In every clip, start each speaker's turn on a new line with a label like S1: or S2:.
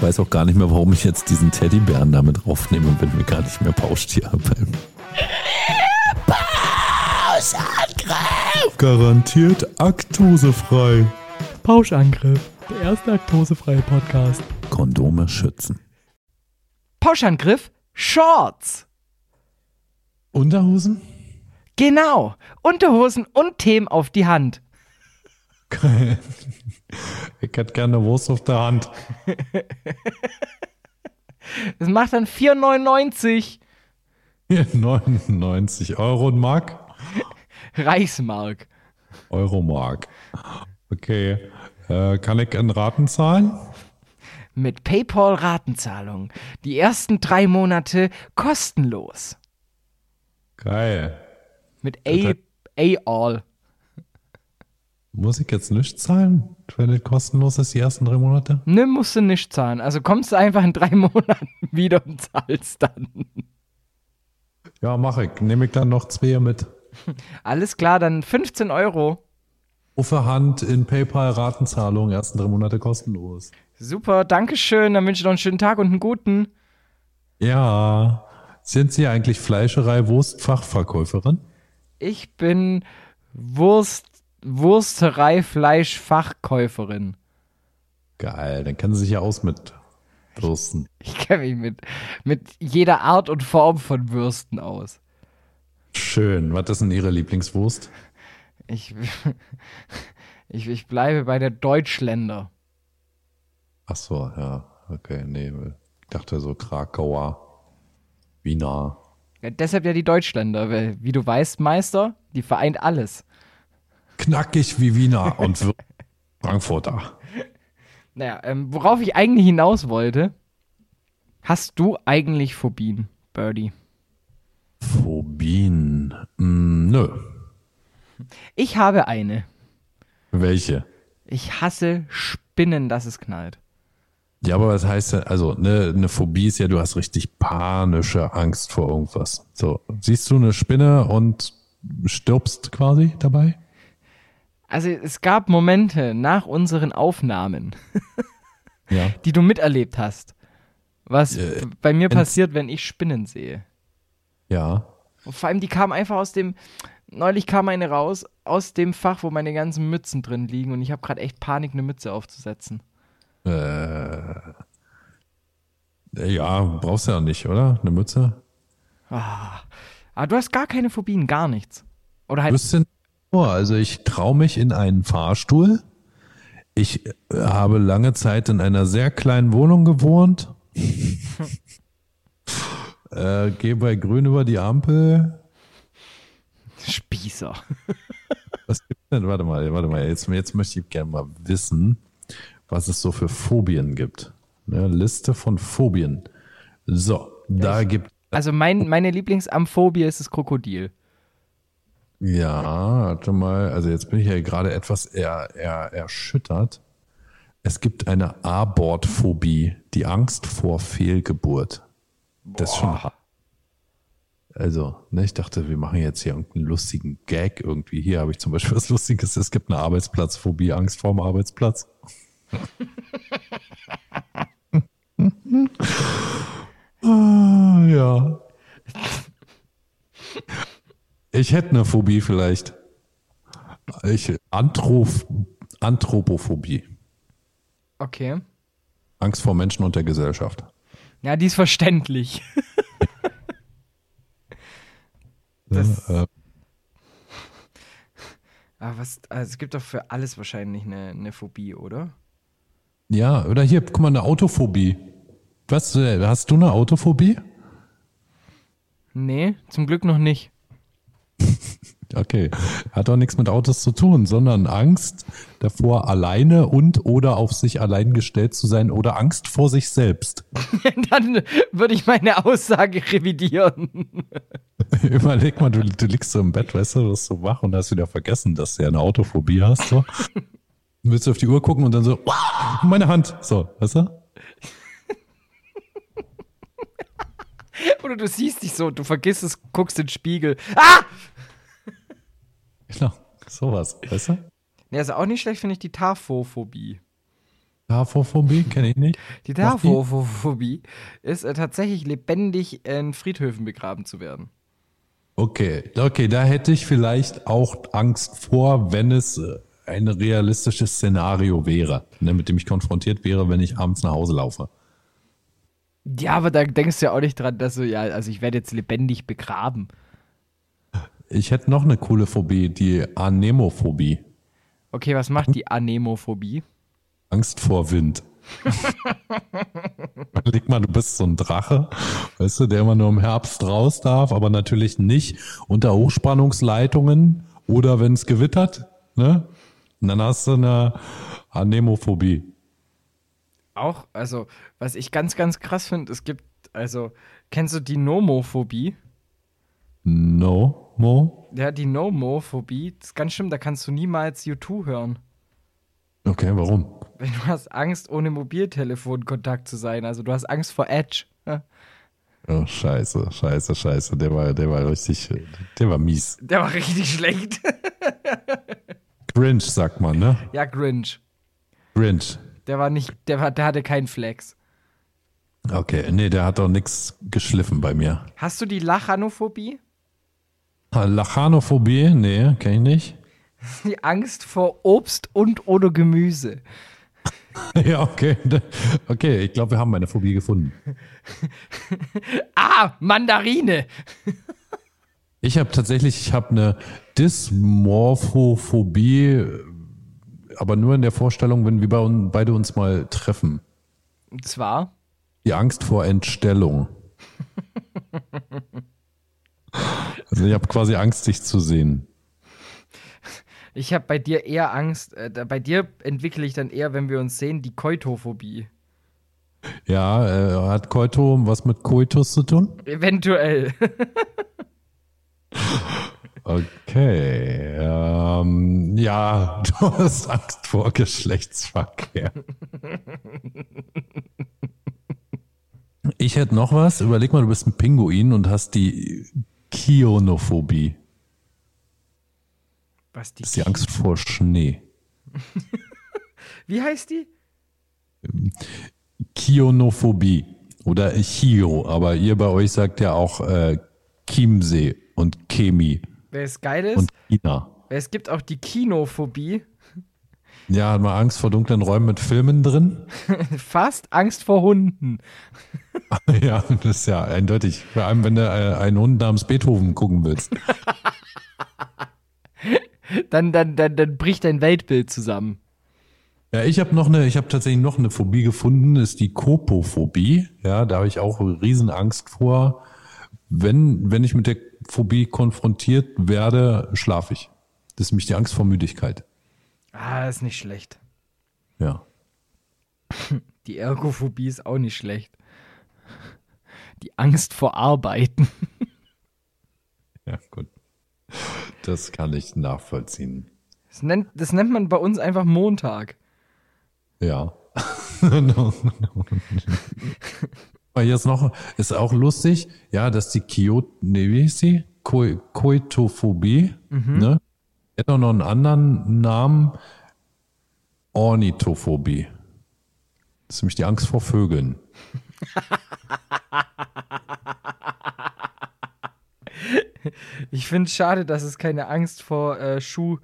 S1: weiß auch gar nicht mehr, warum ich jetzt diesen Teddybären damit draufnehme, wenn wir gar nicht mehr Pauschtier haben. Pauschangriff! Garantiert aktosefrei.
S2: Pauschangriff, der erste laktosefreie Podcast.
S1: Kondome schützen.
S3: Pauschangriff, Shorts.
S4: Unterhosen?
S3: Genau. Unterhosen und Themen auf die Hand.
S4: Geil. Ich hätte gerne eine Wurst auf der Hand.
S3: Das macht dann 4,99
S4: Hier, 99 Euro und Mark?
S3: Reichsmark.
S4: Euro Mark. Okay. Äh, kann ich in Raten zahlen?
S3: Mit PayPal-Ratenzahlung. Die ersten drei Monate kostenlos.
S4: Geil.
S3: Mit A- A-All.
S4: Muss ich jetzt nicht zahlen, wenn es kostenlos ist, die ersten drei Monate?
S3: Ne, musst du nicht zahlen. Also kommst du einfach in drei Monaten wieder und zahlst dann.
S4: Ja, mache ich. Nehme ich dann noch zwei mit.
S3: Alles klar, dann 15 Euro.
S4: Uffe Hand in PayPal Ratenzahlung, ersten drei Monate kostenlos.
S3: Super, Dankeschön. Dann wünsche ich noch einen schönen Tag und einen guten.
S4: Ja. Sind Sie eigentlich Fleischerei Wurstfachverkäuferin?
S3: Ich bin Wurst, Wursterei Fleischfachkäuferin.
S4: Geil, dann kennen Sie sich ja aus mit Würsten.
S3: Ich kenne mich mit, mit jeder Art und Form von Würsten aus.
S4: Schön. Was ist denn Ihre Lieblingswurst?
S3: Ich, ich, ich bleibe bei der Deutschländer.
S4: Ach so, ja. Okay, nee. Ich dachte so Krakauer, Wiener.
S3: Ja, deshalb ja die Deutschländer, weil, wie du weißt, Meister, die vereint alles.
S4: Knackig wie Wiener und Wür- Frankfurter.
S3: Naja, ähm, worauf ich eigentlich hinaus wollte, hast du eigentlich Phobien, Birdie?
S1: Phobien. Mm, nö.
S3: Ich habe eine.
S1: Welche?
S3: Ich hasse Spinnen, dass es knallt.
S1: Ja, aber was heißt denn, also ne, eine Phobie ist ja, du hast richtig panische Angst vor irgendwas. So,
S4: Siehst du eine Spinne und stirbst quasi dabei?
S3: Also es gab Momente nach unseren Aufnahmen,
S4: Ja.
S3: die du miterlebt hast, was
S1: Äh,
S3: b- bei mir passiert, wenn ich Spinnen sehe.
S4: Ja.
S3: Und vor allem, die kamen einfach aus dem, neulich kam eine raus, aus dem Fach, wo meine ganzen Mützen drin liegen und ich habe gerade echt Panik, eine Mütze aufzusetzen.
S1: Äh,
S4: Ja, brauchst du ja nicht, oder? Eine Mütze?
S3: Aber du hast gar keine Phobien, gar nichts. Oder halt,
S4: Wüsste nicht, oh, also ich traue mich in einen Fahrstuhl. Ich äh, habe lange Zeit in einer sehr kleinen Wohnung gewohnt. äh, Gehe bei Grün über die Ampel.
S3: Spießer.
S4: Was gibt's denn? Warte mal, warte mal. Jetzt, jetzt möchte ich gerne mal wissen, was es so für Phobien gibt. Ne, Liste von Phobien. So, da gibt
S3: Also mein, meine Lieblingsamphobie ist das Krokodil.
S4: Ja, warte mal. Also jetzt bin ich ja gerade etwas er, er, erschüttert. Es gibt eine Abortphobie, die Angst vor Fehlgeburt. Das ist schon hart. Also, ne, ich dachte, wir machen jetzt hier irgendeinen lustigen Gag irgendwie. Hier habe ich zum Beispiel was Lustiges. Es gibt eine Arbeitsplatzphobie, Angst vorm Arbeitsplatz. ah, ja. Ich hätte eine Phobie vielleicht. Ich, Anthrop, Anthropophobie.
S3: Okay.
S4: Angst vor Menschen und der Gesellschaft.
S3: Ja, die ist verständlich. das,
S4: äh.
S3: aber was, also es gibt doch für alles wahrscheinlich eine, eine Phobie, oder?
S4: Ja, oder hier, guck mal, eine Autophobie. Was, äh, hast du eine Autophobie?
S3: Nee, zum Glück noch nicht.
S4: Okay. Hat auch nichts mit Autos zu tun, sondern Angst davor, alleine und oder auf sich allein gestellt zu sein oder Angst vor sich selbst.
S3: Dann würde ich meine Aussage revidieren.
S4: Überleg mal, du, du liegst so im Bett, weißt du, wirst so wach und hast wieder vergessen, dass du ja eine Autophobie hast. So. Dann Willst du auf die Uhr gucken und dann so, "Uah, meine Hand. So, weißt du?
S3: Oder du siehst dich so, du vergisst es, guckst in den Spiegel. Ah!
S4: Genau, sowas, weißt du?
S3: Nee, also auch nicht schlecht finde ich die Taphophobie.
S4: Tafophobie kenne ich nicht.
S3: Die Taphophobie ist äh, tatsächlich lebendig in Friedhöfen begraben zu werden.
S4: Okay, okay, da hätte ich vielleicht auch Angst vor, wenn es äh, ein realistisches Szenario wäre, ne, mit dem ich konfrontiert wäre, wenn ich abends nach Hause laufe.
S3: Ja, aber da denkst du ja auch nicht dran, dass du, ja, also ich werde jetzt lebendig begraben.
S4: Ich hätte noch eine coole Phobie, die Anemophobie.
S3: Okay, was macht die Anemophobie?
S4: Angst vor Wind. Überleg mal, du bist so ein Drache, weißt du, der immer nur im Herbst raus darf, aber natürlich nicht unter Hochspannungsleitungen oder wenn es gewittert, ne? Und dann hast du eine Anemophobie.
S3: Auch, also, was ich ganz, ganz krass finde, es gibt, also, kennst du die Nomophobie?
S4: No, Mo?
S3: Ja, die Nomophobie, das ist ganz schlimm, da kannst du niemals U2 hören.
S4: Okay, warum?
S3: Wenn du hast Angst, ohne Mobiltelefonkontakt zu sein, also du hast Angst vor Edge. ne? Ja,
S4: Oh, scheiße, scheiße, scheiße. Der war, der war richtig, der war mies.
S3: Der war richtig schlecht.
S4: Grinch, sagt man, ne?
S3: ja, Grinch.
S4: Grinch.
S3: Der war nicht, der, war, der hatte keinen Flex.
S4: Okay, nee, der hat doch nichts geschliffen bei mir.
S3: Hast du die Lachanophobie?
S4: Lachanophobie? Nee, kenne ich nicht.
S3: Die Angst vor Obst und oder Gemüse.
S4: Ja, okay. Okay, ich glaube, wir haben meine Phobie gefunden.
S3: Ah, Mandarine.
S4: Ich habe tatsächlich, ich habe eine Dysmorphophobie, aber nur in der Vorstellung, wenn wir bei un- beide uns mal treffen.
S3: Und zwar,
S4: Die Angst vor Entstellung. Also ich habe quasi Angst, dich zu sehen.
S3: ich habe bei dir eher Angst, äh, da- bei dir entwickle ich dann eher, wenn wir uns sehen, die Koitophobie.
S4: Ja, äh, hat Koito was mit Koitus zu tun?
S3: Eventuell.
S4: Okay. Ähm, ja, du hast Angst vor Geschlechtsverkehr. Ich hätte noch was. Überleg mal, du bist ein Pinguin und hast die Kionophobie.
S3: Was die,
S4: Das ist die Angst vor Schnee.
S3: Wie heißt die?
S4: Kionophobie oder Chio, aber ihr bei euch sagt ja auch äh, Chiemsee und Chemie
S3: Wer es geil ist,
S4: und China.
S3: es gibt auch die Kinophobie.
S4: Ja, hat man Angst vor dunklen Räumen mit Filmen drin?
S3: Fast Angst vor Hunden.
S4: ja, das ist ja eindeutig. Vor allem, wenn du äh, einen Hund namens Beethoven gucken willst.
S3: Dann, dann, dann, dann bricht dein Weltbild zusammen.
S4: Ja, ich habe noch eine, ich habe tatsächlich noch eine Phobie gefunden, ist die Kopophobie. Ja, da habe ich auch Riesenangst vor. Wenn, wenn ich mit der Phobie konfrontiert werde, schlafe ich. Das ist nämlich die Angst vor Müdigkeit.
S3: Ah, ist nicht schlecht.
S4: Ja.
S3: Die Ergophobie ist auch nicht schlecht. Die Angst vor Arbeiten.
S4: Ja, gut. Das kann ich nachvollziehen.
S3: Das nennt, das nennt man bei uns einfach Montag.
S4: Ja. No, no, no. Aber Hier ist noch, ist auch lustig, ja, dass die Kyoto, nee, wie hieß die? Ko Koitophobie, ne? Die Hat auch noch einen anderen Namen. Ornithophobie. Das ist nämlich die Angst vor Vögeln.
S3: Ich finde es schade, dass es keine Angst vor äh, Schuh,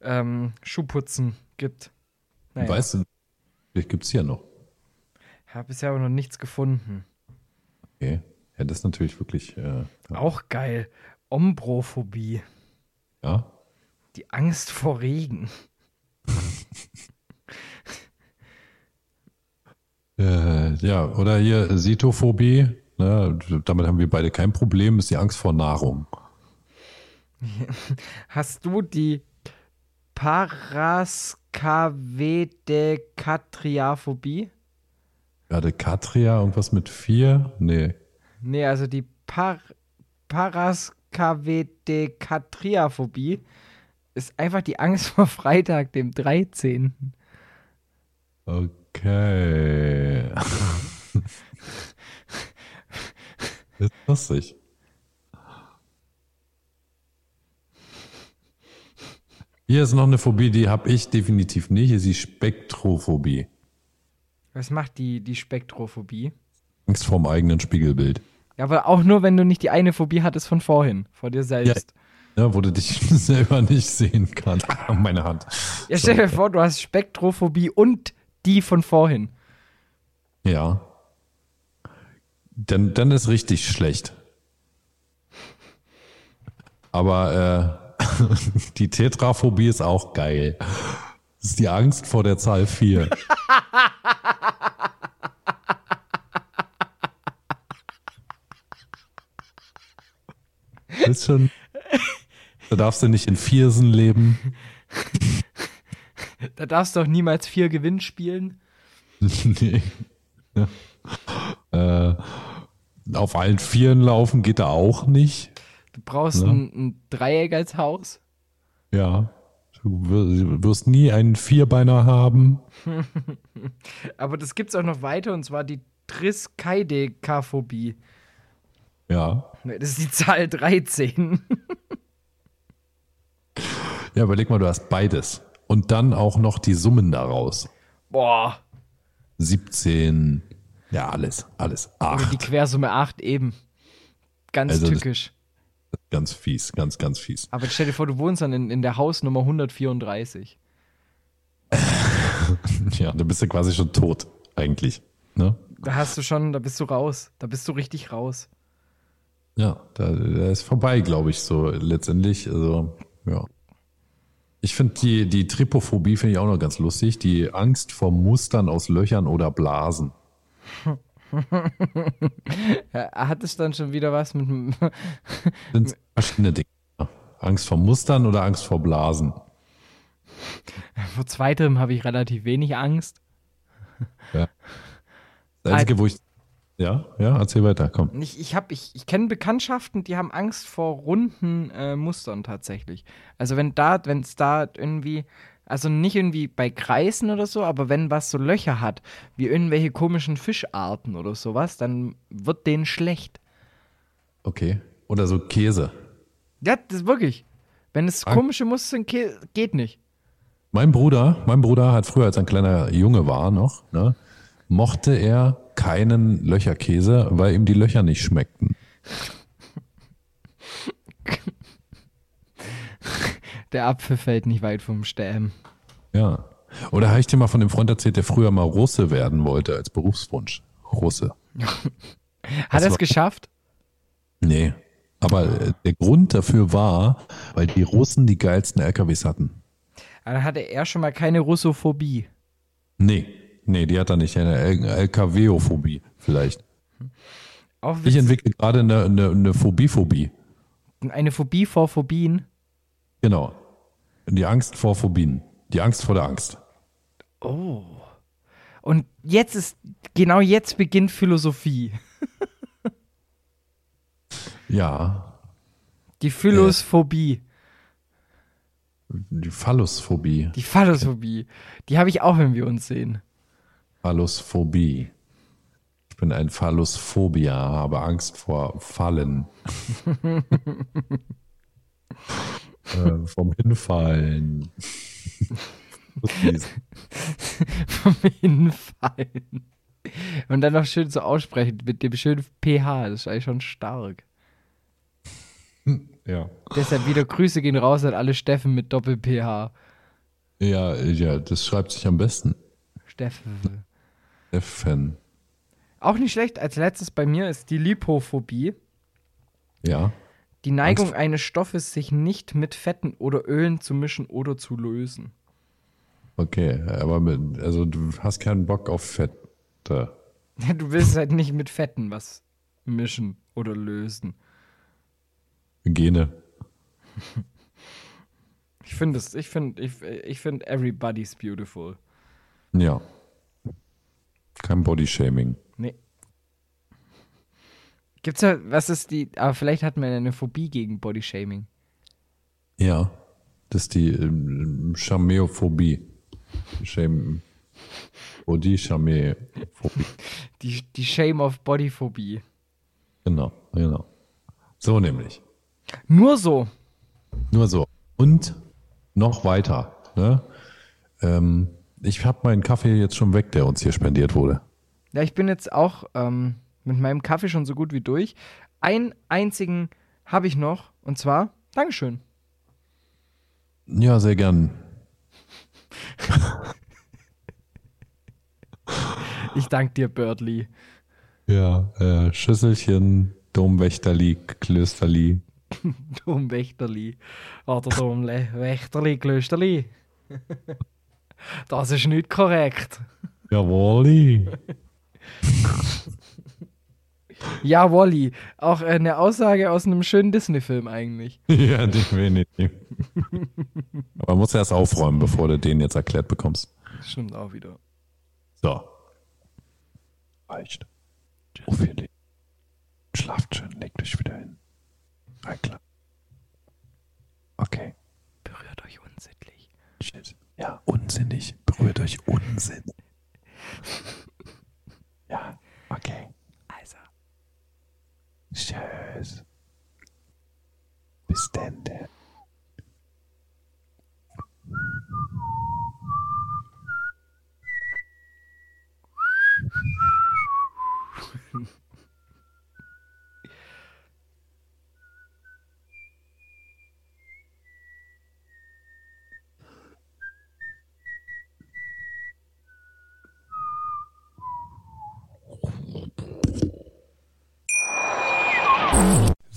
S3: ähm, Schuhputzen gibt. Naja,
S4: Weißt du, vielleicht gibt's hier noch.
S3: ich habe bisher aber noch nichts gefunden.
S4: Okay. Ja, das ist natürlich wirklich, äh,
S3: Auch geil. Ombrophobie.
S4: ja.
S3: Die Angst vor Regen.
S4: Äh, ja, oder hier Sitophobie. Ne, damit haben wir beide kein Problem, ist die Angst vor Nahrung.
S3: Hast du die Paraskavedekatriaphobie?
S4: Gerade Katria, irgendwas mit vier? Nee.
S3: Nee, also die Par Paraskavedekatriaphobie ist einfach die Angst vor Freitag, dem 13.
S4: Okay. das ist lustig. Hier ist noch eine Phobie, die habe ich definitiv nicht, ist die Spektrophobie.
S3: Was macht die, die Spektrophobie?
S4: Angst vorm eigenen Spiegelbild.
S3: Ja, aber auch nur, wenn du nicht die eine Phobie hattest von vorhin, vor dir selbst.
S4: Ja, ne, wo du dich selber nicht sehen kannst. Ah, meine Hand.
S3: Ja, stell dir vor, du hast Spektrophobie und die von vorhin.
S4: Ja. Dann, dann ist richtig schlecht. Aber äh, die Tetraphobie ist auch geil. Das ist die Angst vor der Zahl 4. Das ist schon. Da darfst du nicht in Viersen leben.
S3: Da darfst du auch niemals vier Gewinn spielen.
S4: nee. Ja. Äh, auf allen Vieren laufen geht da auch nicht.
S3: Du brauchst
S4: Ja.
S3: ein, ein Dreieck als Haus.
S4: Ja. Du wir- wirst nie einen Vierbeiner haben.
S3: Aber das gibt's auch noch weiter und zwar die Triskaidekaphobie.
S4: Ja.
S3: Das ist die Zahl 13.
S4: Ja, überleg mal, du hast beides. Und dann auch noch die Summen daraus.
S3: Boah.
S4: 17. Ja, alles, alles.
S3: Oder die
S4: Acht.
S3: Quersumme 8 eben. Ganz
S4: Also das-
S3: tückisch.
S4: Ganz fies, ganz, ganz fies.
S3: Aber stell dir vor, du wohnst dann in, in der Hausnummer 134.
S4: Ja, dann bist du quasi schon tot, eigentlich. Ne?
S3: Da hast du schon, da bist du raus. Da bist du richtig raus.
S4: Ja, da, da ist vorbei, glaube ich, so letztendlich. Also, ja. Ich finde die, die Tripophobie finde ich auch noch ganz lustig. Die Angst vor Mustern aus Löchern oder Blasen.
S3: Ja, Äh, Hat es dann schon wieder was mit. dem-
S4: Das sind verschiedene Dinge. Angst vor Mustern oder Angst vor Blasen?
S3: Vor zweitem habe ich relativ wenig Angst.
S4: Das Einzige, wo ich. Ja, ja, erzähl weiter, komm.
S3: Ich, ich, hab- ich, ich kenne Bekanntschaften, die haben Angst vor runden äh, Mustern tatsächlich. Also wenn da, wenn es da irgendwie, also nicht irgendwie bei Kreisen oder so, aber wenn was so Löcher hat, wie irgendwelche komischen Fischarten oder sowas, dann wird denen schlecht.
S4: Okay. Oder so Käse.
S3: Ja, das ist wirklich. Wenn es
S4: Ang-
S3: komische Muster sind, ge- geht nicht.
S4: Mein Bruder, mein Bruder hat früher, als er ein kleiner Junge war noch, ne, mochte er keinen Löcherkäse, weil ihm die Löcher nicht schmeckten.
S3: Der Apfel fällt nicht weit vom Stamm.
S4: Ja. Oder habe ich dir mal von dem Freund erzählt, der früher mal Russe werden wollte als Berufswunsch? Russe.
S3: Hat er es geschafft?
S4: Nee. Aber äh, der Grund dafür war, weil die Russen die geilsten LKWs hatten.
S3: Ah, Dann hatte er schon mal keine Russophobie.
S4: Nee. Nee, die hat er nicht. Eine L- LKW-Phobie vielleicht.
S3: Auch
S4: Ich entwickle gerade eine, eine, eine Phobiephobie.
S3: eine Phobie vor Phobien.
S4: Genau. Die Angst vor Phobien. Die Angst vor der Angst.
S3: Und jetzt ist, genau jetzt beginnt Philosophie.
S4: Ja.
S3: Die Philosophie,
S4: Die Phallusphobie.
S3: die Phallosophie, die habe ich auch, wenn wir uns sehen.
S4: Phallusphobie. Ich bin ein Phallusphobia, habe Angst vor Fallen. äh, vom Hinfallen.
S3: Vom Hinfallen. Und dann noch schön so aussprechen mit dem schönen pH, das ist eigentlich schon stark.
S4: ja.
S3: Deshalb wieder Grüße gehen raus an alle Steffen mit Doppel-PH.
S4: Ja, ja, das schreibt sich am besten.
S3: Steffen.
S4: F-Fan.
S3: Auch nicht schlecht, als letztes bei mir ist die Lipophobie.
S4: Ja.
S3: Die Neigung eines Stoffes, sich nicht mit Fetten oder Ölen zu mischen oder zu lösen.
S4: Okay, aber mit, also du hast keinen Bock auf Fette.
S3: Du willst halt nicht mit Fetten was mischen oder lösen.
S4: Gene.
S3: Ich finde es, ich finde, ich, ich finde everybody's beautiful.
S4: Ja. Kein Bodyshaming.
S3: Nee. Gibt's ja, was ist die, aber vielleicht hat man ja eine Phobie gegen Bodyshaming.
S4: Ja. Das ist die ähm, Chameophobie. Shame. Body Chameophobie.
S3: Die, die Shame of Bodyphobie.
S4: Genau, genau. So nämlich.
S3: Nur so.
S4: Nur so. Und noch weiter. Ne? Ähm, ich habe meinen Kaffee jetzt schon weg, der uns hier spendiert wurde.
S3: Ja, ich bin jetzt auch ähm, mit meinem Kaffee schon so gut wie durch. Einen einzigen habe ich noch und zwar Dankeschön.
S4: Ja, sehr gern.
S3: Ich danke dir, Birdly.
S4: Ja, äh, Schüsselchen, Domwächterli, Klösterli.
S3: Domwächterli. Um Oder Domwächterli, Klösterli. Das ist nicht korrekt.
S4: Jawolli.
S3: Ja, Wally. Auch eine Aussage aus einem schönen Disney-Film eigentlich.
S4: ja, definitiv. Aber man muss erst aufräumen, bevor du den jetzt erklärt bekommst.
S3: Stimmt auch wieder.
S4: So. Reicht. Auf ihr Lieben. Schlaft schön, legt euch wieder hin. Na klar. Okay.
S3: Berührt euch unsittlich.
S4: Shit. Ja, unsinnig. Berührt euch Unsinn. ja, okay.
S3: Also,
S4: Tschüss. Bis denn, denn.